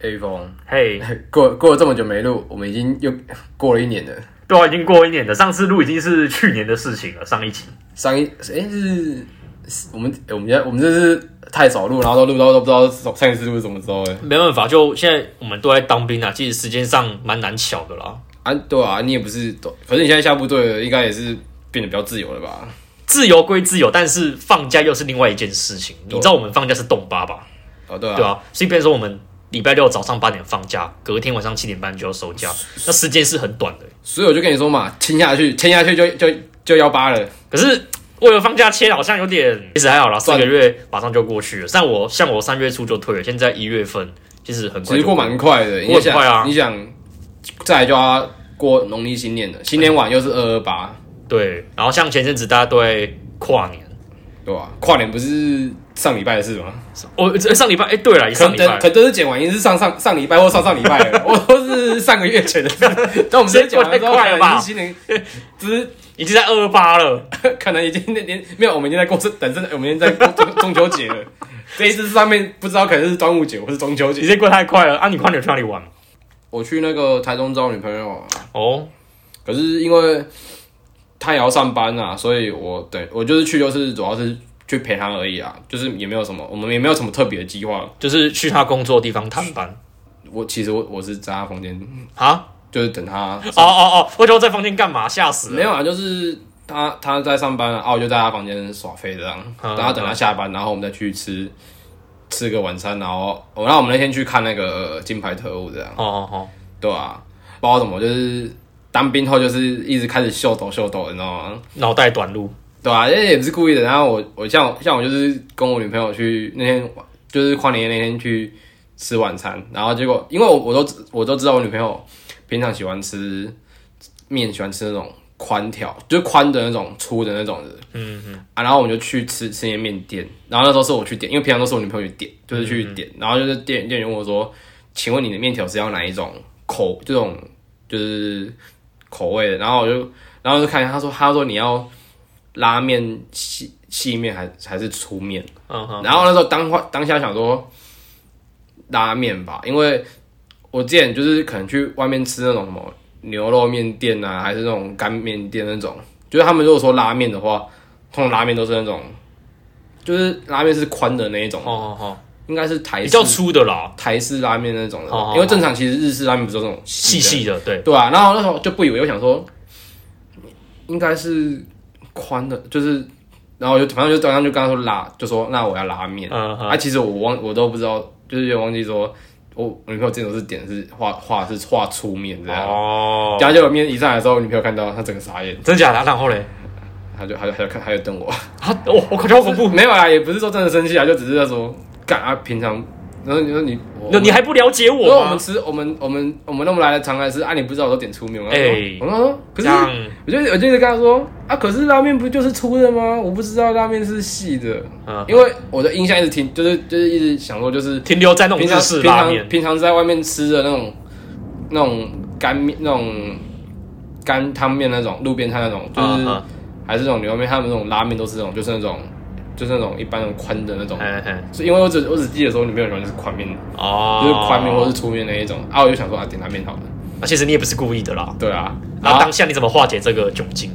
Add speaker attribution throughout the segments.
Speaker 1: A 风，
Speaker 2: 嘿、
Speaker 1: 过过了这么久没录，我们已经又过了一年了。
Speaker 2: 对啊，已经过一年了，上次录已经是去年的事情了，上一集。
Speaker 1: 上一哎、是是我们我们家我们这是太少录，然后都录到都不知道上一次录是什么时候了。
Speaker 3: 没办法，就现在我们都在当兵啊，其实时间上蛮难巧的啦。
Speaker 1: 啊，对啊，你也不是都，可是你现在下部队了，应该也是变得比较自由了吧？
Speaker 3: 自由归自由，但是放假又是另外一件事情。你知道我们放假是动八吧？
Speaker 1: 哦，对啊，
Speaker 3: 对啊，所以变成说我们礼拜六早上八点放假，隔天晚上七点半就要收假，那时间是很短的。
Speaker 1: 所以我就跟你说嘛，签下去，签下去就就就幺八了。
Speaker 3: 可是为了放假切，好像有点，其实还好啦，四
Speaker 1: 算
Speaker 3: 个月马上就过去了。像我，像我三月初就退了，现在一月份，其实很
Speaker 1: 其
Speaker 3: 快
Speaker 1: 实
Speaker 3: 就
Speaker 1: 过蛮快的，
Speaker 3: 过
Speaker 1: 你想，
Speaker 3: 很快啊
Speaker 1: 你想，再来就要过农历新年了，新年晚又是二二八，
Speaker 3: 对。然后像前阵子大家都在跨年，
Speaker 1: 对吧、跨年不是上礼拜的事吗？
Speaker 3: 我、这上礼拜哎、对了，
Speaker 1: 可
Speaker 3: 上
Speaker 1: 能
Speaker 3: 礼拜
Speaker 1: 可能都是剪完，已经是上上上礼拜或上上礼拜了，我都是上个月剪的。但我们直接剪 完之后，
Speaker 3: 这也过太快
Speaker 1: 可
Speaker 3: 了
Speaker 1: 能
Speaker 3: 吧
Speaker 1: 已经新年，只是
Speaker 3: 已经在二二八了，
Speaker 1: 可能已经那年没有，我们已经在过圣，等圣，我们已经在过中中秋节了。这一次上面不知道可能是端午节或是中秋
Speaker 3: 时
Speaker 1: 节。
Speaker 3: 间过太快了啊！你跨年有去哪里玩？
Speaker 1: 我去那个台中找女朋友啊，
Speaker 3: 哦，
Speaker 1: 可是因为她也要上班啊，所以我等我就是去，就是主要是去陪她而已啊，就是也没有什么，我们也没有什么特别的计划。
Speaker 3: 就是去他工作的地方探班
Speaker 1: 我其实我我是在她房间，
Speaker 3: 啊！
Speaker 1: 就是等她
Speaker 3: 哦哦哦，我就在房间干嘛？吓死了！
Speaker 1: 没有啊，就是他他在上班啊，啊我就在他房间耍飞这样，
Speaker 3: 嗯
Speaker 1: 然后等他下班，然后我们再去吃吃个晚餐，然后我那我们那天去看那个呃金牌特务这样，
Speaker 3: 哦哦哦，
Speaker 1: 对啊，不知道怎么就是当兵后就是一直开始秀抖秀抖，你知道吗？
Speaker 3: 脑袋短路，
Speaker 1: 对啊，因为也不是故意的。然后我我像我像我就是跟我女朋友去那天就是跨年那天去吃晚餐，然后结果因为我我都知我都知道我女朋友平常喜欢吃面，喜欢吃那种宽条，就是宽的那种粗的那种的。嗯嗯。啊，然后我们就去吃吃面面店，然后那时候是我去点，因为平常都是我女朋友去点，就是去点，然后就是店店员问我说：“请问你的面条是要哪一种口？这种就是口味的？”然后我就然后就看一下，他说他说你要。拉面细细面还还是粗面，
Speaker 3: 嗯哼，
Speaker 1: 然后那时候当话当下想说拉面吧，因为我之前就是可能去外面吃那种什么牛肉面店啊，还是那种干面店那种，就是他们如果说拉面的话，通常拉面都是那种，就是拉面是宽的那一种，
Speaker 3: 哦哦哦，
Speaker 1: 应该是台式
Speaker 3: 比较粗的啦，
Speaker 1: 台式拉面那种的，
Speaker 3: 哦哦
Speaker 1: 因为正常其实日式拉面不是这种
Speaker 3: 细
Speaker 1: 的
Speaker 3: 细的，对，
Speaker 1: 对啊，然后那时候就不以为，我想说应该是宽的，就是，然后我就反正就早上就跟他说拉，就说那我要拉面。
Speaker 3: 嗯
Speaker 1: 啊，
Speaker 3: 哼，
Speaker 1: 其实我忘我都不知道，就是有点忘记说，我我女朋友这种是点是画画是画粗面这样。
Speaker 3: 哦，
Speaker 1: 然后就有面一上来的时候，我女朋友看到她整个傻眼，
Speaker 3: 真假的？啊然后嘞，
Speaker 1: 她就她就她就看她就瞪我。
Speaker 3: 啊，我我靠，好恐怖！
Speaker 1: 没有啊，也不是说真的生气啊，就只是在说干啊，平常，然后你说你我
Speaker 3: 那你还不了解
Speaker 1: 我说
Speaker 3: 我
Speaker 1: 我们
Speaker 3: 吗？
Speaker 1: 吃我们我们我们那么来的常来吃啊，你不知道我都点粗面吗？
Speaker 3: 哎
Speaker 1: 我说可
Speaker 3: 这
Speaker 1: 是
Speaker 3: 样
Speaker 1: 我就我就一直跟他说啊，可是拉面不就是粗的吗？我不知道拉面是细的，
Speaker 3: 嗯，
Speaker 1: 因为我的印象一直停，就是就是一直想说，就是
Speaker 3: 停留在那种
Speaker 1: 平常
Speaker 3: 日
Speaker 1: 平
Speaker 3: 式拉面
Speaker 1: 常，平常在外面吃的那种那种干面那种干汤面那种路边摊那种，就是、
Speaker 3: 嗯嗯
Speaker 1: 还是那种牛肉面，他们那种拉面都是那种就是那种就是那种一般那种宽的那种。
Speaker 3: 嘿嘿，
Speaker 1: 所以因为我只我只记得说你没有喜欢吃宽面，
Speaker 3: 哦，
Speaker 1: 就是宽面或是粗面那一种啊，我就想说啊点拉面好了，
Speaker 3: 啊，其实你也不是故意的啦。
Speaker 1: 对啊，
Speaker 3: 然
Speaker 1: 然
Speaker 3: 后
Speaker 1: 后
Speaker 3: 当下你怎么化解这个窘境？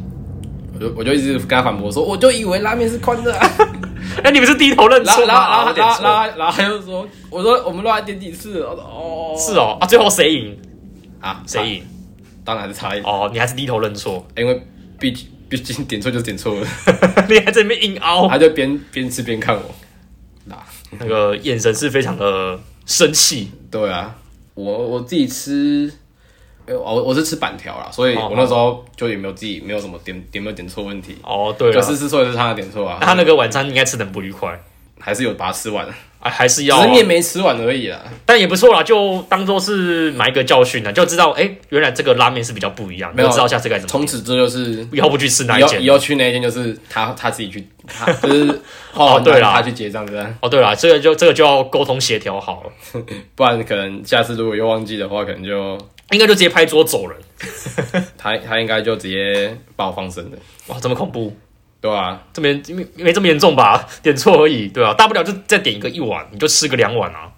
Speaker 1: 我就我就一直跟他反驳说，我就以为拉面是宽的、啊。
Speaker 3: 哎，你不是低头认
Speaker 1: 然后
Speaker 3: 错
Speaker 1: 然后
Speaker 3: 吗？
Speaker 1: 然后然
Speaker 3: 拉
Speaker 1: 后然后他就说，我说我们乱点几次，我说哦，
Speaker 3: 是哦，啊，最后谁赢？
Speaker 1: 啊，
Speaker 3: 谁赢？
Speaker 1: 当然是差一，
Speaker 3: 哦，你还是低头认错，
Speaker 1: 因为毕竟毕竟点错就是点错了，
Speaker 3: 你还在那边硬凹。
Speaker 1: 他就边边吃边看我，那
Speaker 3: 那个眼神是非常的生气，
Speaker 1: 对啊，我我自己吃。呃我我是吃板条啦，所以
Speaker 3: 哦
Speaker 1: 我那时候就也没有自己没有什么点点没有点错问题，
Speaker 3: 哦，对
Speaker 1: 就
Speaker 3: 了，
Speaker 1: 是是错也是他的点错啊，
Speaker 3: 那他那个晚餐应该吃的不愉快，
Speaker 1: 还是有把它吃完，
Speaker 3: 啊，还是
Speaker 1: 只
Speaker 3: 要啊、
Speaker 1: 是面没吃完而已啦。
Speaker 3: 但也不错啦，就当做是买一个教训了，就知道哎、原来这个拉面是比较不一样，
Speaker 1: 没有
Speaker 3: 就知道下次该怎么
Speaker 1: 从
Speaker 3: 点，
Speaker 1: 此这就是
Speaker 3: 以后不去吃那
Speaker 1: 以
Speaker 3: 一
Speaker 1: 后以
Speaker 3: 间。
Speaker 1: 后去那一间就是他他自己去，他 就是花
Speaker 3: 哦
Speaker 1: 完
Speaker 3: 对
Speaker 1: 单
Speaker 3: 啦
Speaker 1: 他去结账这样。
Speaker 3: 哦，对了，这个就这个就要沟通协调好了，
Speaker 1: 不然可能下次如果又忘记的话，可能就
Speaker 3: 应该就直接拍桌走人。
Speaker 1: 他他应该就直接把我放生了，
Speaker 3: 哇，这么恐怖，
Speaker 1: 对吧、
Speaker 3: 这么严 没没这么严重吧？点错而已，对啊，大不了就再点一个一碗，你就吃个两碗啊。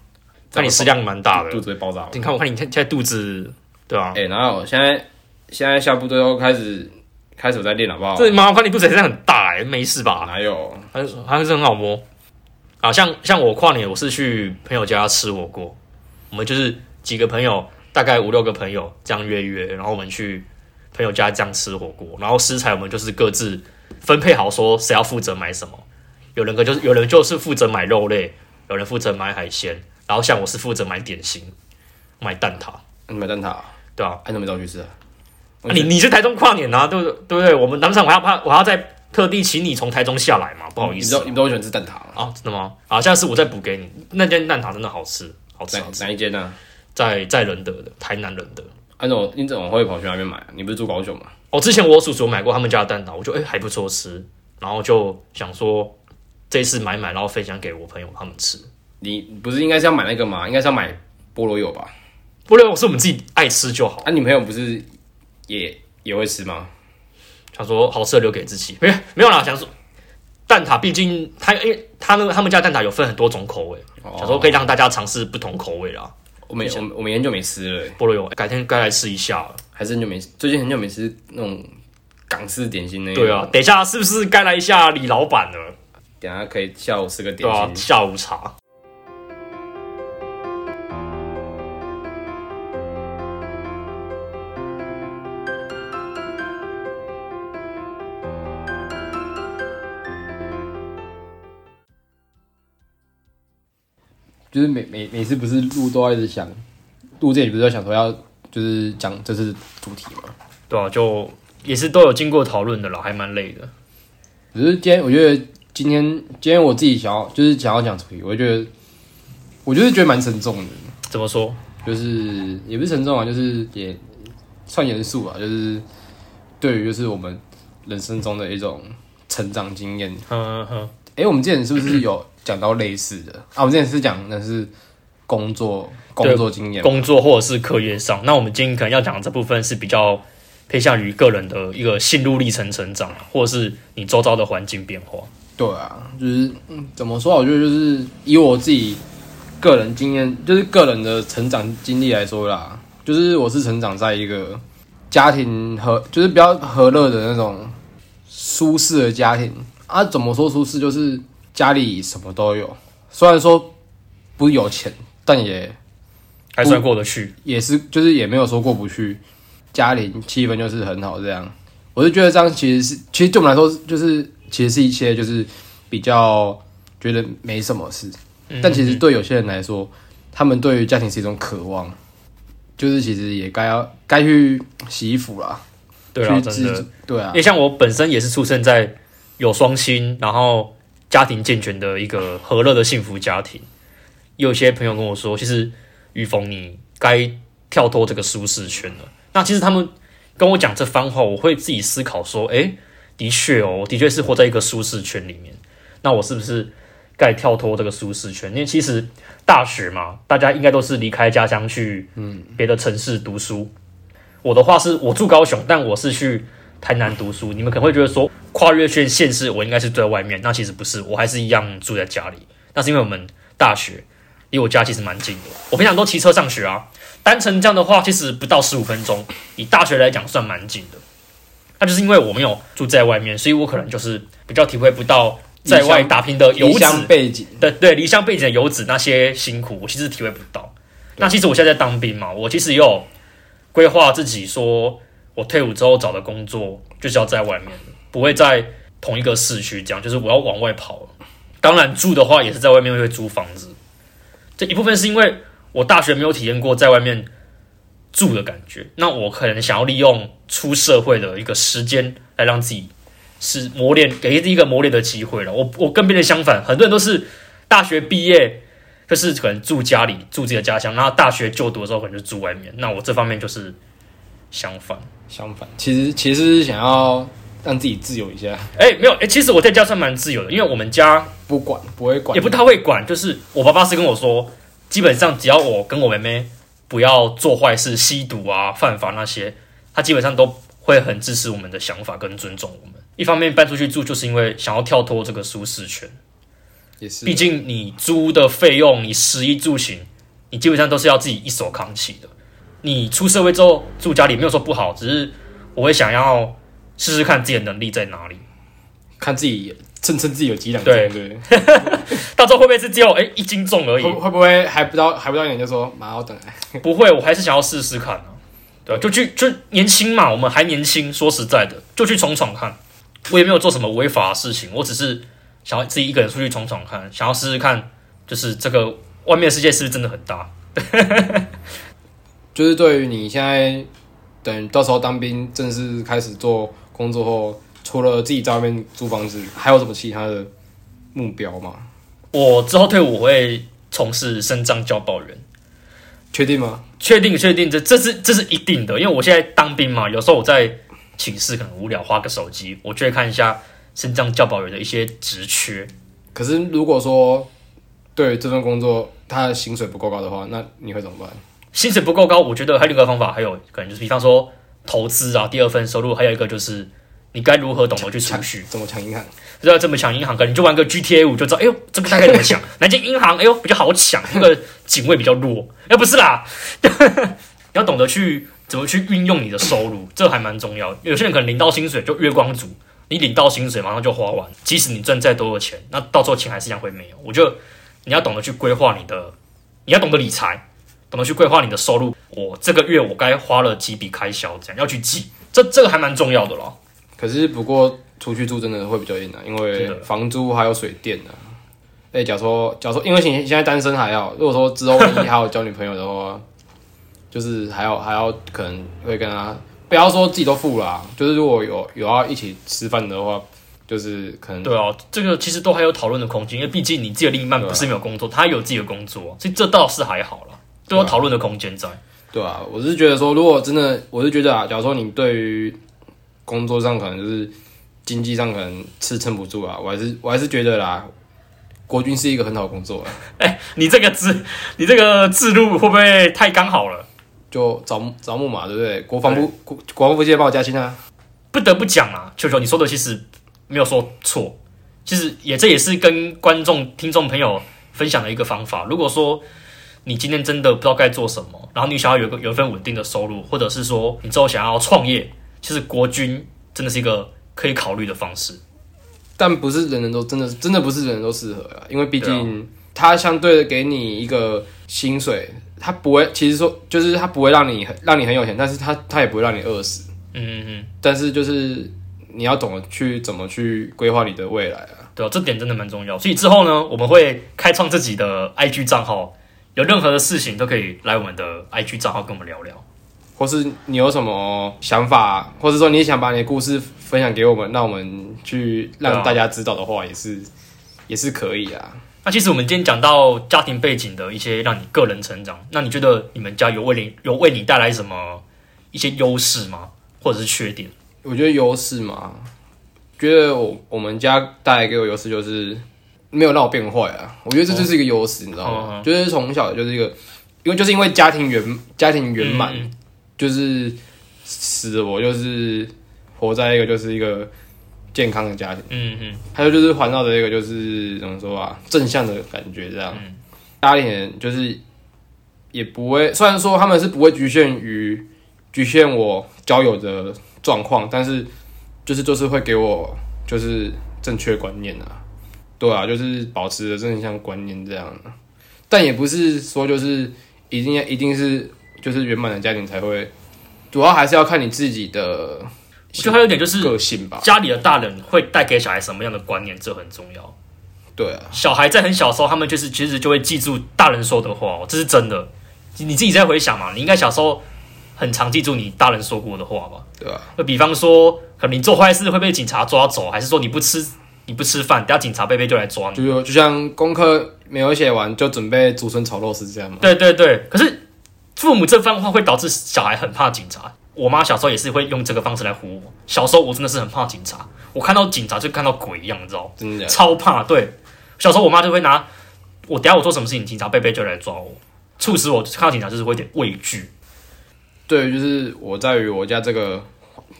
Speaker 3: 那你食量蛮大的
Speaker 1: 肚。子会爆炸吧。
Speaker 3: 你看，我看你现在肚子，对啊，
Speaker 1: 哎、然后我现在现在下部队都开始开始我在练好不好？
Speaker 3: 这妈，我看你肚子还是很大哎、没事吧？
Speaker 1: 哪有？
Speaker 3: 还是还是很好摸啊。像像我跨年，我是去朋友家吃火锅，我们就是几个朋友，大概五六个朋友这样约一约，然后我们去朋友家这样吃火锅，然后食材我们就是各自分配好，说谁要负责买什么。有人可就是有人就是负责买肉类，有人负责买海鲜，然后像我是负责买点心，买蛋挞，
Speaker 1: 你买蛋挞、
Speaker 3: 对啊，
Speaker 1: 还怎么找我去吃啊？
Speaker 3: 啊你你是台中跨年啊，对不对不对？我们南场我还要怕我还要再特地请你从台中下来嘛，不好
Speaker 1: 嗯
Speaker 3: 意
Speaker 1: 你
Speaker 3: 思
Speaker 1: 知
Speaker 3: 啊、
Speaker 1: 道你们都喜欢吃蛋挞吗？
Speaker 3: 啊，真的吗？啊，下次我再补给你。那间蛋挞真的好吃，好吃，
Speaker 1: 哪
Speaker 3: 好吃
Speaker 1: 哪一间呢、啊？
Speaker 3: 在在仁德的，台南仁德。
Speaker 1: 安总，你怎么会跑去那边买、啊？你不是住高雄吗？
Speaker 3: 哦，之前我叔叔买过他们家的蛋挞，我就哎、还不错吃，然后就想说这次买买，然后分享给我朋友他们吃。
Speaker 1: 你不是应该是要买那个吗？应该是要买菠萝油吧？
Speaker 3: 不然我是我们自己爱吃就好。
Speaker 1: 啊，女朋友不是也也会吃吗？
Speaker 3: 想说好吃的留给自己，没有没有啦，想说蛋挞毕竟他因为他那个他们家蛋挞有分很多种口味，想说可以让大家尝试不同口味啦。
Speaker 1: 我每我我每天就没吃了、欸
Speaker 3: 菠萝油改天该来试一下了。
Speaker 1: 还是很久没最近很久没吃那种港式点心那种。
Speaker 3: 对啊，，等一下是不是该来一下李老板了？
Speaker 1: 等一下可以下午吃个点
Speaker 3: 对啊，
Speaker 1: 心。
Speaker 3: 下午茶。
Speaker 1: 就是每每每次不是录都要一直想，录这里不是要想说要就是讲这次主题吗？
Speaker 3: 对啊，就也是都有经过讨论的了，还蛮累的。
Speaker 1: 只是今天我觉得今天今天我自己想要就是想要讲主题，我觉得我就是觉得蛮沉重的，
Speaker 3: 怎么说？
Speaker 1: 就是也不是沉重啊，就是也算严肃啊，就是对于就是我们人生中的一种成长经验。
Speaker 3: 嗯哼，
Speaker 1: 诶，我们之前是不是有讲到类似的啊？我们之前是讲的是工作工作经验嘛，
Speaker 3: 工作或者是课业上，那我们今天可能要讲的这部分是比较偏向于个人的一个心路历程成长，或者是你周遭的环境变化。
Speaker 1: 对啊，就是、嗯、怎么说啊？我觉得就是以我自己个人经验，就是个人的成长经历来说啦，就是我是成长在一个家庭和就是比较和乐的那种舒适的家庭啊。怎么说舒适？就是家里什么都有，虽然说不有钱，但也
Speaker 3: 还算过得去，
Speaker 1: 也是就是也没有说过不去，家庭气氛就是很好这样。我是觉得这样其实是，其实对我们来说就是其实是一些就是比较觉得没什么事，
Speaker 3: 嗯
Speaker 1: 但其实对有些人来说，他们对于家庭是一种渴望，就是其实也该要该去洗衣服啦，
Speaker 3: 对啊，
Speaker 1: 去
Speaker 3: 真
Speaker 1: 自
Speaker 3: 的
Speaker 1: 主，对啊
Speaker 3: 因，为像我本身也是出生在有双薪，然后家庭健全的一个和乐的幸福家庭。也有些朋友跟我说，其实于峰你该跳脱这个舒适圈了。那其实他们跟我讲这番话，我会自己思考说，诶、的确哦，我的确是活在一个舒适圈里面。那我是不是该跳脱这个舒适圈？因为其实大学嘛，大家应该都是离开家乡去嗯别的城市读书。我的话是我住高雄，但我是去台南读书，你们可能会觉得说跨越县县市，我应该是住在外面，那其实不是，我还是一样住在家里。那是因为我们大学离我家其实蛮近的，我平常都骑车上学啊，单程这样的话其实不到十五分钟，以大学来讲算蛮近的。那就是因为我没有住在外面，所以我可能就是比较体会不到在外打拼的游
Speaker 1: 离
Speaker 3: 子
Speaker 1: 乡背景，
Speaker 3: 对对，离乡背景的游子那些辛苦，我其实体会不到。那其实我现在在当兵嘛，我其实也有规划自己说，我退伍之后找的工作就是要在外面，不会在同一个市区这样，就是我要往外跑了。当然住的话也是在外面会租房子，这一部分是因为我大学没有体验过在外面住的感觉，那我可能想要利用出社会的一个时间来让自己是磨练，给自己一个磨练的机会了。我我跟别人相反，很多人都是大学毕业就是可能住家里，住自己的家乡，然后大学就读的时候可能就住外面。那我这方面就是相反。
Speaker 1: 相反，其实其实是想要让自己自由一下，
Speaker 3: 哎、没有，哎、其实我在家算蛮自由的，因为我们家
Speaker 1: 不管不会管，
Speaker 3: 也不太会管，就是我爸爸是跟我说，基本上只要我跟我妹妹不要做坏事、吸毒啊、犯法那些，他基本上都会很支持我们的想法跟尊重我们。一方面搬出去住，就是因为想要跳脱这个舒适圈。
Speaker 1: 也是
Speaker 3: 毕竟你租的费用，你食衣住行，你基本上都是要自己一手扛起的。你出社会之后住家里没有说不好，只是我会想要试试看自己的能力在哪里。
Speaker 1: 看自己称称自己有几两重，
Speaker 3: 对
Speaker 1: 对不对？
Speaker 3: 到最后会不会是只有哎、一斤重而已
Speaker 1: 会？会不会还不到还不到一年就说妈我等来？
Speaker 3: 不会，我还是想要试试看啊。对啊，就去就年轻嘛，我们还年轻，说实在的，就去闯闯看。我也没有做什么违法的事情，我只是想要自己一个人出去闯闯看，想要试试看，就是这个外面的世界是不是真的很大？
Speaker 1: 就是对于你现在等到时候当兵正式开始做工作后，除了自己在外面租房子，还有什么其他的目标吗？
Speaker 3: 我之后退伍我会从事伸张交保员，
Speaker 1: 确定吗？
Speaker 3: 确定确定，这这是这是一定的，因为我现在当兵嘛，有时候我在寝室可能无聊，花个手机，我就会看一下伸张教保员的一些职缺，
Speaker 1: 可是如果说对于这份工作他的薪水不够高的话，那你会怎么办？
Speaker 3: 薪水不够高，我觉得还有另一个方法，还有可能就是比方说投资啊，第二份收入，还有一个就是你该如何懂得去储蓄。
Speaker 1: 怎么抢银行？
Speaker 3: 不知道这么抢银行，可能你就玩个 GTA 五就知道，哎呦，这个大概怎么抢？哪间银行，哎呦比较好抢，那个警卫比较弱。哎，不是啦， 你要懂得去怎么去运用你的收入，这还蛮重要的。有些人可能领到薪水就月光族，你领到薪水马上就花完，即使你赚再多的钱，那到时候钱还是一样会没有。我觉得你要懂得去规划你的，你要懂得理财，懂得去规划你的收入。我这个月我该花了几笔开销，这样要去记，这这个还蛮重要的咯。
Speaker 1: 可是不过出去住真的会比较硬啊，因
Speaker 3: 真
Speaker 1: 为
Speaker 3: 的
Speaker 1: 房租还有水电啊。哎、假如说，假如说，因为你现在单身还好，如果说之后万一还有交女朋友的话， 就是还要还要可能会跟她，不要说自己都付啦、就是如果有有要一起吃饭的话，就是可能
Speaker 3: 对啊，这个其实都还有讨论的空间，因为毕竟你自己的另一半
Speaker 1: 对啊
Speaker 3: 不是没有工作，他有自己的工作，所以这倒是还好啦，都有
Speaker 1: 对啊
Speaker 3: 讨论的空间在。
Speaker 1: 对啊，我是觉得说，如果真的，我是觉得啊，假如说你对于工作上可能就是经济上可能吃撑不住啊，我还是我还是觉得啦，国军是一个很好的工作啊，
Speaker 3: 你这个字，你这个字路会不会太刚好了？
Speaker 1: 就招募招募嘛，对不对？国防部国国防部记得帮我加薪啊，
Speaker 3: 不得不讲啊，球球你说的其实没有说错，其实也这也是跟观众、听众朋友分享的一个方法。如果说你今天真的不知道该做什么，然后你想要有一个有一份稳定的收入，或者是说你之后想要创业，其实国军真的是一个可以考虑的方式。
Speaker 1: 但不是人人都真的真的不是人人都适合啊，因为毕竟它相对的给你一个薪水，它不会，其实说就是它不会让你很让你很有钱，但是它它也不会让你饿死，
Speaker 3: 嗯嗯嗯。
Speaker 1: 但是就是你要懂得去怎么去规划你的未来啊。
Speaker 3: 对啊，这点真的蛮重要。所以之后呢，我们会开创自己的 IG 账号，有任何的事情都可以来我们的 IG 账号跟我们聊聊。
Speaker 1: 或是你有什么想法，或者说你想把你的故事分享给我们，那我们去
Speaker 3: 对
Speaker 1: 让
Speaker 3: 啊
Speaker 1: 大家知道的话，也是、也是可以啊。
Speaker 3: 那其实我们今天讲到家庭背景的一些让你个人成长，那你觉得你们家有为你有为你带来什么一些优势吗？或者是缺点？
Speaker 1: 我觉得优势嘛，觉得我我们家带来给我优势就是没有让我变坏啊。我觉得这就是一个优势，你知道吗？
Speaker 3: 嗯嗯
Speaker 1: 就是从小就是一个，因为就是因为家庭圆家庭圆满，就是使我就是活在一个就是一个健康的家庭。
Speaker 3: 嗯嗯，
Speaker 1: 还有就是环绕着一个就是怎么说啊，正向的感觉这样。
Speaker 3: 嗯
Speaker 1: 家里人就是也不会，虽然说他们是不会局限于局限我交友的状况，但是就是就是会给我就是正确观念啊，对啊，就是保持着正向观念这样啊。但也不是说就是一定要一定是就是圆满的家庭才会，主要还是要看你自己的
Speaker 3: 我觉得还有一点就是
Speaker 1: 个啊性吧。
Speaker 3: 家里的大人会带给小孩什么样的观念，这很重要。
Speaker 1: 对啊，
Speaker 3: 小孩在很小的时候，他们就是其实就会记住大人说的话、哦，这是真的。你你自己在回想嘛，你应该小时候很常记住你大人说过的话吧？
Speaker 1: 对啊。
Speaker 3: 就比方说，可能你做坏事会被警察抓走，还是说你不吃你不吃饭，等下警察贝贝就来抓你？
Speaker 1: 就是就像功课没有写完就准备竹笋炒肉丝这样嘛。
Speaker 3: 对对对，可是父母这番话会导致小孩很怕警察。我妈小时候也是会用这个方式来唬我。小时候我真的是很怕警察，我看到警察就看到鬼一样，你知道吗？
Speaker 1: 真的假的？
Speaker 3: 超怕。对，小时候我妈就会拿我，等下我做什么事情，警察贝贝就来抓我，促使我看到警察就是会有点畏惧。
Speaker 1: 对，就是我在于我家这个，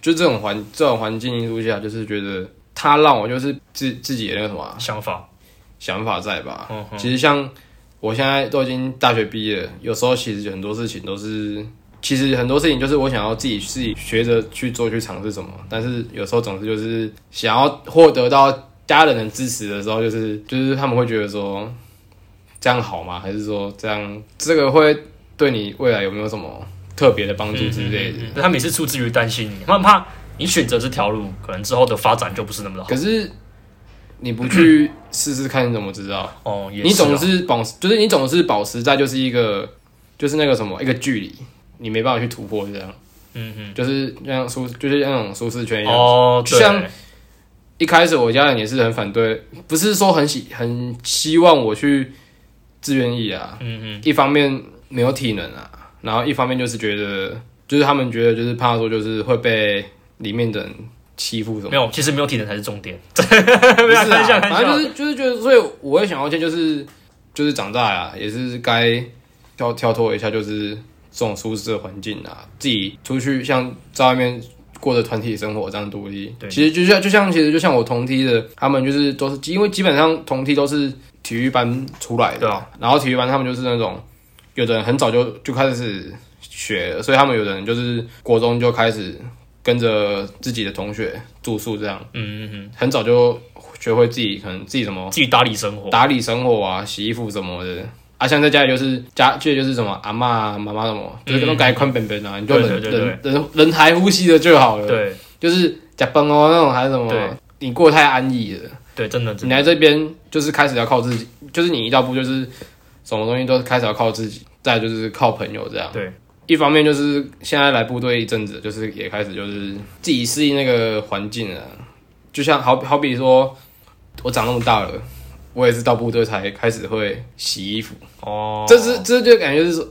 Speaker 1: 就这种环这种环境因素下，就是觉得他让我就是自自己的那个什么啊
Speaker 3: 想法，
Speaker 1: 想法在吧。
Speaker 3: 嗯哼
Speaker 1: 其实像我现在都已经大学毕业了，有时候其实很多事情都是，其实很多事情就是我想要自己自己学着去做去尝试什么，但是有时候总是就是想要获得到家人的支持的时候，就是就是他们会觉得说这样好吗？还是说这样这个会对你未来有没有什么特别的帮助之类的？
Speaker 3: 他们也是出自于担心你，他们怕你选择这条路，可能之后的发展就不是那么的好
Speaker 1: 可。是你不去试试看，你怎么知道？
Speaker 3: 哦，也是啊
Speaker 1: 你总是保持，就是你总是保持在就是一个就是那个什么一个距离，你没办法去突破这样。
Speaker 3: 嗯嗯
Speaker 1: 就是像舒，就是那种舒适圈一样。
Speaker 3: 哦，
Speaker 1: 就
Speaker 3: 对
Speaker 1: 像一开始我家人也是很反对，不是说很喜很希望我去志愿役啊。
Speaker 3: 嗯嗯
Speaker 1: 一方面没有体能啊，然后一方面就是觉得，就是他们觉得就是怕说就是会被里面的人欺负什么
Speaker 3: 没。有，其实没有体能才是重点。
Speaker 1: 不 啊
Speaker 3: 没有开玩笑开
Speaker 1: 反
Speaker 3: 玩笑
Speaker 1: 正就是就是觉得，所以我会想要先就是就是长大啦，也是该跳跳脱一下，就是这种舒适的环境啊，自己出去像在外面过着团体生活这样独立。
Speaker 3: 对
Speaker 1: 其实就像就像其实就像我同梯的，他们就是都是因为基本上同梯都是体育班出来的，
Speaker 3: 对啊
Speaker 1: 然后体育班他们就是那种有的人很早就就开始学了，所以他们有的人就是国中就开始跟着自己的同学住宿这样。
Speaker 3: 嗯嗯嗯，
Speaker 1: 很早就学会自己可能自己怎么
Speaker 3: 自己打理生活。
Speaker 1: 打理生活啊、洗衣服什么的。啊，像在家里就是家，这就是什么阿嬷啊、妈妈什么，就是那种感觉宽扁扁啊，你就
Speaker 3: 嗯对
Speaker 1: 人
Speaker 3: 对对
Speaker 1: 人人人台呼吸的就好了。，
Speaker 3: 对
Speaker 1: 就是假崩哦那种还是什
Speaker 3: 对
Speaker 1: 么，你过得太安逸了。
Speaker 3: 对，真的
Speaker 1: 你
Speaker 3: 真的。
Speaker 1: 来这边就是开始要靠自己，就是你一到步就是什么东西都开始要靠自己，再来就是靠朋友这样。
Speaker 3: 对，
Speaker 1: 一方面就是现在来部队一阵子，就是也开始就是自己适应那个环境了。啊就像好好比说，我长那么大了，我也是到部队才开始会洗衣服。
Speaker 3: 哦，
Speaker 1: 这是这就感觉是说，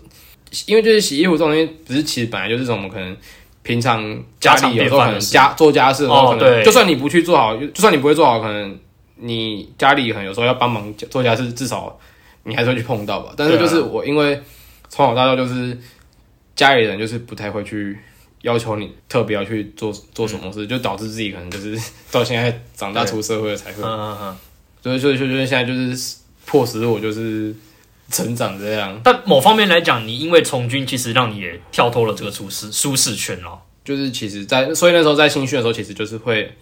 Speaker 1: 因为就是洗衣服这种东西，不是其实本来就是我们可能平常家里有时候可能家做家事的时候，
Speaker 3: 哦
Speaker 1: 可能
Speaker 3: 对
Speaker 1: 就算你不去做好，就就算你不会做好，可能你家里可能有时候要帮忙做家事，至少你还是会去碰到吧。但是
Speaker 3: 对
Speaker 1: 就
Speaker 3: 啊
Speaker 1: 是我因为从小到大就是家里人就是不太会去。要求你特别要去做做什么
Speaker 3: 嗯
Speaker 1: 事，就导致自己可能就是到现在长大
Speaker 3: 对
Speaker 1: 出社会了才会
Speaker 3: 嗯嗯嗯。
Speaker 1: 所以所以所以所以现在就是迫使我就是成长这样，
Speaker 3: 但某方面来讲，你因为从军，其实让你也跳脱了这个舒适舒适圈哦。
Speaker 1: 就是其实在，所以那时候在新训的时候，其实就是会，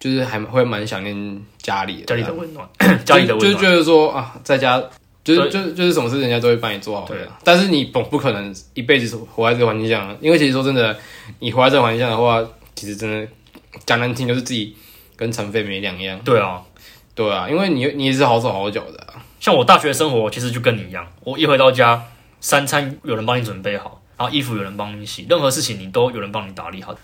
Speaker 1: 就是还会蛮想念家里的，
Speaker 3: 家里
Speaker 1: 这
Speaker 3: 的
Speaker 1: 样
Speaker 3: 温暖， 家里的
Speaker 1: 啊就
Speaker 3: 温
Speaker 1: 是觉
Speaker 3: 暖，
Speaker 1: 得说啊，在家就是
Speaker 3: 对
Speaker 1: 就是就是什么事人家都会帮你做好的啊
Speaker 3: 对，
Speaker 1: 但是你总不可能一辈子活在这个环境下啊，因为其实说真的，你活在这个环境下的话，其实真的讲难听就是自己跟残废没两样，
Speaker 3: 对啊。
Speaker 1: 对啊，因为你你也是好手好脚的啊、
Speaker 3: 像我大学生活其实就跟你一样，我一回到家，三餐有人帮你准备好，然后衣服有人帮你洗，任何事情你都有人帮你打理好。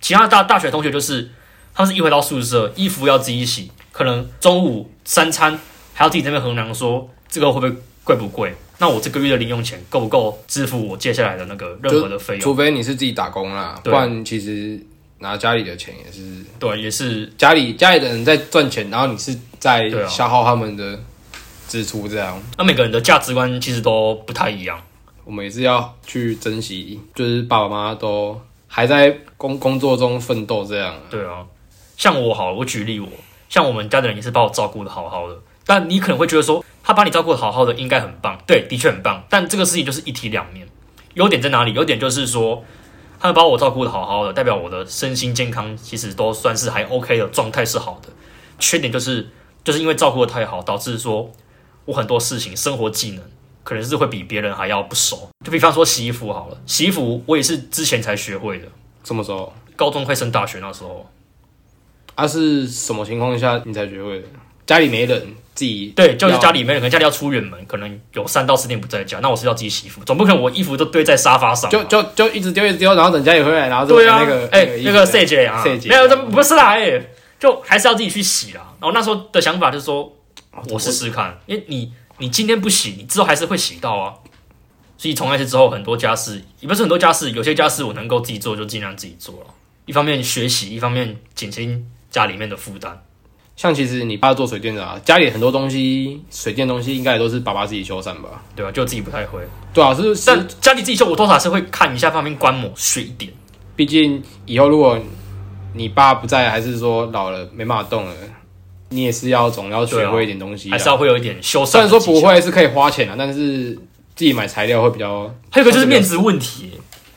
Speaker 3: 其他大大学同学就是，他们是一回到宿舍，衣服要自己洗，可能中午三餐还要自己在那边衡量说这个会不会贵不贵，那我这个月的零用钱够不够支付我接下来的那个任何的费用？
Speaker 1: 除非你是自己打工啦，不
Speaker 3: 对
Speaker 1: 然其实拿家里的钱也是。
Speaker 3: 对，也是
Speaker 1: 家里家里的人在赚钱，然后你是在
Speaker 3: 对啊
Speaker 1: 消耗他们的支出，这样、
Speaker 3: 那每个人的价值观其实都不太一样。
Speaker 1: 我们也是要去珍惜，就是爸爸妈妈都还在工工作中奋斗，这样
Speaker 3: 对啊，像我好了，我举例我，像我们家的人也是把我照顾的好好的，但你可能会觉得说，他把你照顾的好好的，应该很棒，对，的确很棒。但这个事情就是一体两面，优点在哪里？优点就是说，他们把我照顾的好好的，代表我的身心健康其实都算是还 OK 的状态是好的。缺点就是，就是因为照顾的太好，导致说我很多事情生活技能。可能是会比别人还要不熟，就比方说洗衣服好了，洗衣服我也是之前才学会的，
Speaker 1: 什么时候？
Speaker 3: 高中快升大学那时候，
Speaker 1: 啊，是什么情况下你才学会的？家里没人，自己
Speaker 3: 对，就是
Speaker 1: 要
Speaker 3: 家里没人，可能家里要出远门，可能有三到四天不在家，那我是要自己洗衣服，总不可能我衣服都堆在沙发上嘛。
Speaker 1: 就就就一直丢一直丢，然后等家里回来，然后就
Speaker 3: 啊对啊，
Speaker 1: 那个
Speaker 3: 哎、那个 C
Speaker 1: 谁
Speaker 3: 姐啊，
Speaker 1: 谢姐
Speaker 3: 没有，这不是啦，哎、就还是要自己去洗啦。然后那时候的想法就是说，
Speaker 1: 啊
Speaker 3: 我试试看，因为你你今天不洗，你之后还是会洗到啊。所以从那些之后，很多家事也不是很多家事，有些家事我能够自己做就尽量自己做了。一方面学习，一方面减轻家里面的负担。
Speaker 1: 像其实你爸做水电的啊，家里很多东西水电东西应该也都是爸爸自己修缮吧？
Speaker 3: 对吧、就自己不太会，
Speaker 1: 对啊，是是
Speaker 3: 但家里自己修，我多少还是会看一下旁边观摩学一点。
Speaker 1: 毕竟以后如果你爸不在，还是说老了没办法动了，你也是要总要学会一点东西、啊
Speaker 3: 还是要会有一点修
Speaker 1: 虽
Speaker 3: 缮
Speaker 1: 然
Speaker 3: 的技巧。
Speaker 1: 说不会是可以花钱啊，但是自己买材料会比较
Speaker 3: 还有一个就是面子问题，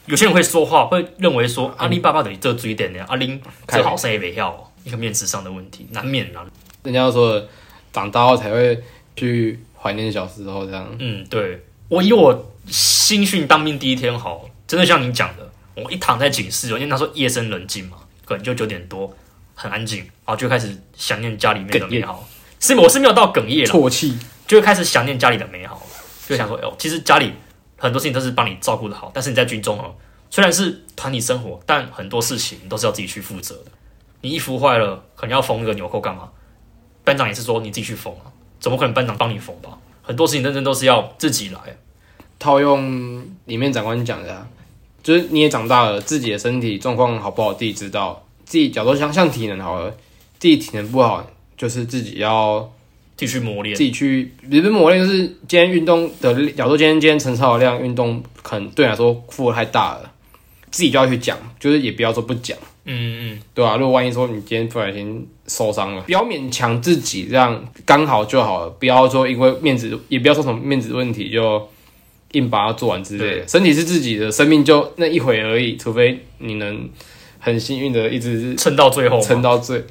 Speaker 3: 有些人会说话会认为
Speaker 1: 嗯
Speaker 3: 说阿里巴巴等于这追点的，阿林这好像也没要，一个面子上的问题，难免啊啦。
Speaker 1: 呃人家说呃的长大后才会去怀念小时候这样。
Speaker 3: 嗯，对我以我新训当兵第一天好，真的像你讲的，我一躺在寝室，因为那时候夜深人静嘛，可能就九点多，很安静，然后就开始想念家里面的美好。是，我是没有到哽咽了，
Speaker 1: 啜泣，
Speaker 3: 就会开始想念家里的美好，就会想说，哦，其实家里很多事情都是帮你照顾的好，但是你在军中哦，虽然是团体生活，但很多事情都是要自己去负责的。你衣服坏了，可能要缝一个纽扣干嘛？班长也是说你自己去缝啊，怎么可能班长帮你缝吧？很多事情认真都是要自己来。
Speaker 1: 套用里面长官讲的、啊，就是你也长大了，自己的身体状况好不好自己知道。自己假如说像像体能好了，自己体能不好，就是自己要
Speaker 3: 继续磨练
Speaker 1: 自，己去，不是磨练，就是今天运动的力，假如说今天今天承受的量运动可能对你来说负荷太大了，自己就要去讲，就是也不要说不讲。
Speaker 3: 嗯嗯，
Speaker 1: 对啊，如果万一说你今天不小心受伤了，不要勉强自己，这样刚好就好了。不要说因为面子，也不要说什么面子问题就硬把它做完之类的。
Speaker 3: 对
Speaker 1: 身体是自己的，生命就那一回而已，除非你能很幸运的一直
Speaker 3: 撑到最后嘛，
Speaker 1: 撑到最。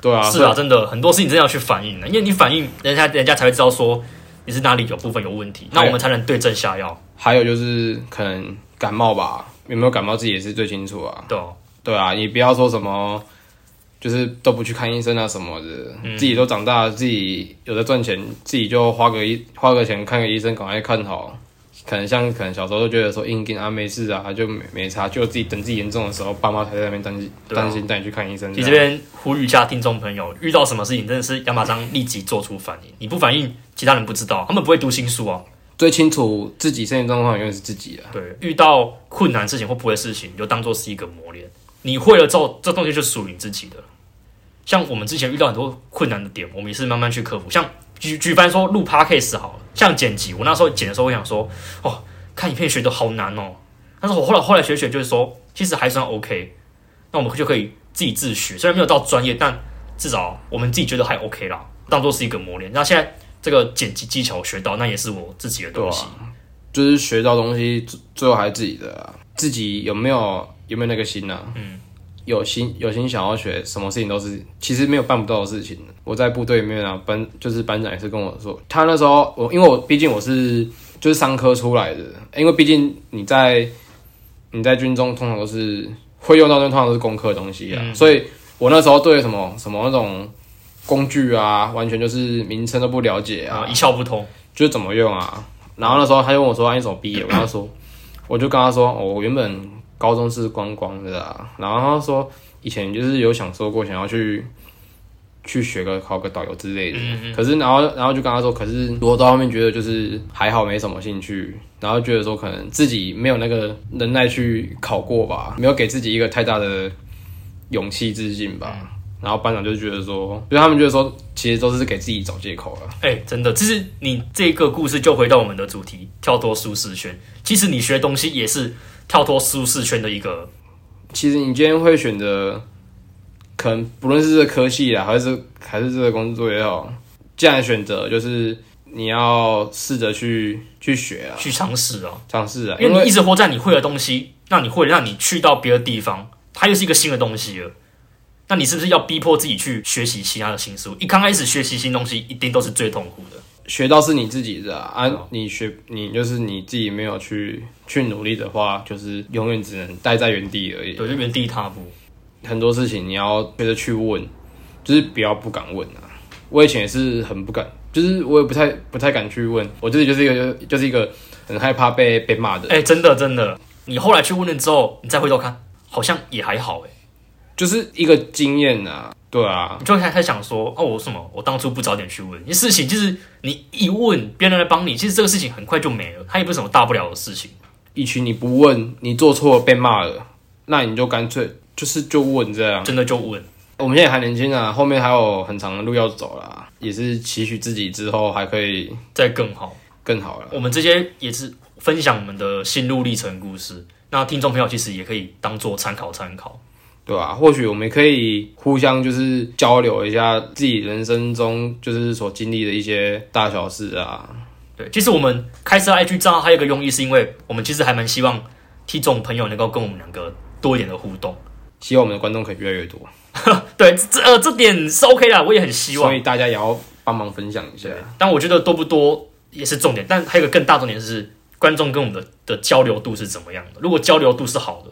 Speaker 1: 对啊，
Speaker 3: 是啊，真的很多事情真的要去反映的，因为你反映，人家人家才会知道说你是哪里有部分有问题，那我们才能对症下药，
Speaker 1: 还有就是可能感冒吧，有没有感冒自己也是最清楚啊。
Speaker 3: 对啊、
Speaker 1: 对啊，你不要说什么，就是都不去看医生啊什么的，
Speaker 3: 嗯
Speaker 1: 自己都长大了，自己有在赚钱，自己就花个一花个钱看个医生，赶快看好。可能像可能小时候都觉得说硬硬啊没事啊，就没没差，就自己等自己严重的时候，爸妈才在那边担心
Speaker 3: 对啊
Speaker 1: 担心带你去看医生。
Speaker 3: 你这边呼吁一下听众朋友，遇到什么事情真的是要马上立即做出反应，你不反应，其他人不知道，他们不会读心术啊。
Speaker 1: 最清楚自己身体状况永远是自己啊。
Speaker 3: 对，遇到困难事情或不会的事情，你就当做是一个磨练，你会了之后，这东西就属于你自己的了。像我们之前遇到很多困难的点，我们也是慢慢去克服。像举举凡说录 podcast 好了，像剪辑，我那时候剪的时候，我想说，哦，看影片学的好难哦。但是我后来后来学学，就是说，其实还算 OK。那我们就可以自己自学，虽然没有到专业，但至少我们自己觉得还 OK 啦，当做是一个磨练。那现在这个剪辑技巧我学到，那也是我自己的东西。
Speaker 1: 就是学到东西，最最后还是自己的、啊，自己有没有有没有那个心啊？嗯，有心有心想要学，什么事情都是其实没有办不到的事情。我在部队里面啊，班就是班长也是跟我说，他那时候我因为我毕竟我是就是商科出来的，因为毕竟你在你在军中通常都是会用到的，通常都是工科的东西啊，所以我那时候对什么什么那种工具啊，完全就是名称都不了解
Speaker 3: 啊、
Speaker 1: 啊，
Speaker 3: 一窍不通。
Speaker 1: 就是怎么用啊？然后那时候他就问我说：“啊，你怎么毕业？”我跟他说， 我就跟他说：“哦我原本高中是观光的啊。”然后他说以前就是有想说过想要去去学个考个导游之类的，可是然后然后就跟他说，可是我到后面觉得就是还好没什么兴趣，然后觉得说可能自己没有那个能耐去考过吧，没有给自己一个太大的勇气自信吧。然后班长就觉得说，就是他们觉得说，其实都是给自己找借口啊了。
Speaker 3: 哎、真的，其实你这个故事就回到我们的主题，跳脱舒适圈。其实你学东西也是跳脱舒适圈的一个，
Speaker 1: 其实你今天会选择，可能不论是这个科系啊啦，还是还是这个工作也好，既然选择就是你要试着去去学啊，
Speaker 3: 去尝试啊。
Speaker 1: 尝试啊，
Speaker 3: 因
Speaker 1: 因
Speaker 3: 为你
Speaker 1: 为
Speaker 3: 一直活在你会的东西，那你会让你去到别的地方，它又是一个新的东西了。那你是不是要逼迫自己去学习其他的新事物？一刚开始学习新东西，一定都是最痛苦的。
Speaker 1: 学到是你自己的啊，啊你学你就是你自己没有去去努力的话，就是永远只能待在原地而已。
Speaker 3: 对，就原地踏步。
Speaker 1: 很多事情你要学着去问，就是不要不敢问啊。我以前也是很不敢，就是我也不太不太敢去问，我自己就是一个就是一个很害怕被被骂的人
Speaker 3: 哎、真的真的，你后来去问了之后，你再回头看，好像也还好哎、
Speaker 1: 就是一个经验啊，对啊，
Speaker 3: 你就开始想说，哦，我什么？我当初不早点去问，因为事情就是你一问，别人来帮你，其实这个事情很快就没了，它也不是什么大不了的事情。
Speaker 1: 以前你不问，你做错了被骂了，那你就干脆就是就问这样。
Speaker 3: 真的就问，
Speaker 1: 我们现在还年轻啊，后面还有很长的路要走啦，也是期许自己之后还可以
Speaker 3: 再更好。
Speaker 1: 更好了。
Speaker 3: 我们这些也是分享我们的心路历程故事，那听众朋友其实也可以当做参考参考。
Speaker 1: 对吧、或许我们可以互相就是交流一下自己人生中就是所经历的一些大小事啊。
Speaker 3: 对，其实我们开设 IG 账号还有一个用意，是因为我们其实还蛮希望听众朋友能够跟我们两个多一点的互动。
Speaker 1: 希望我们的观众可以越来越多，
Speaker 3: 对，这这呃这点是 OK 的，我也很希
Speaker 1: 所
Speaker 3: 望。
Speaker 1: 以大家也要帮忙分享一下。
Speaker 3: 但我觉得多不多也是重点，但还有一个更大重点是观众跟我们的的交流度是怎么样的。如果交流度是好的，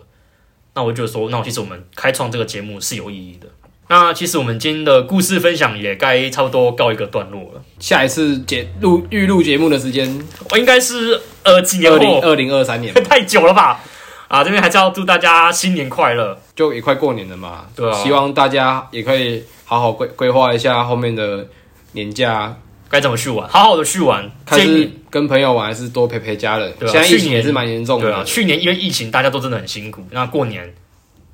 Speaker 3: 那我就说，那其实我们开创这个节目是有意义的。那其实我们今天的故事分享也该差不多告一个段落了，
Speaker 1: 下一次节录预录节目的时间，
Speaker 3: 我应该是呃几年
Speaker 1: 二零
Speaker 3: 后，
Speaker 1: 二零二三年
Speaker 3: 太久了吧？啊，这边还是要祝大家新年快乐。
Speaker 1: 就也快过年了嘛，
Speaker 3: 对啊
Speaker 1: 希望大家也可以好好规规划一下后面的年假，
Speaker 3: 该怎么去玩，好好的去玩。
Speaker 1: 看
Speaker 3: 这一
Speaker 1: 是
Speaker 3: 年
Speaker 1: 跟朋友玩还是多陪陪家人。
Speaker 3: 对啊
Speaker 1: 现在疫
Speaker 3: 去
Speaker 1: 情
Speaker 3: 年
Speaker 1: 也是蛮严重
Speaker 3: 对
Speaker 1: 的，
Speaker 3: 啊，去年因为疫情，大家都真的很辛苦。那过年，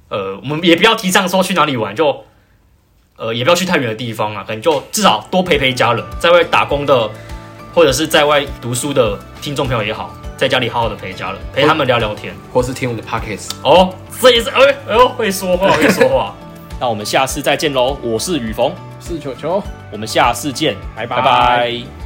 Speaker 3: 呃，我们也不要提倡说去哪里玩，就呃也不要去太远的地方啊，可能就至少多陪陪家人，在外打工的或者是在外读书的听众朋友也好，在家里好好的陪家人，陪他们聊聊天。
Speaker 1: 或是听我们的 podcast，
Speaker 3: 哦，这也是哎哎呦会说 话会说话。那我们下次再见喽，我是雨逢，
Speaker 1: 是球球。
Speaker 3: 我们下次见，
Speaker 1: 拜
Speaker 3: 拜拜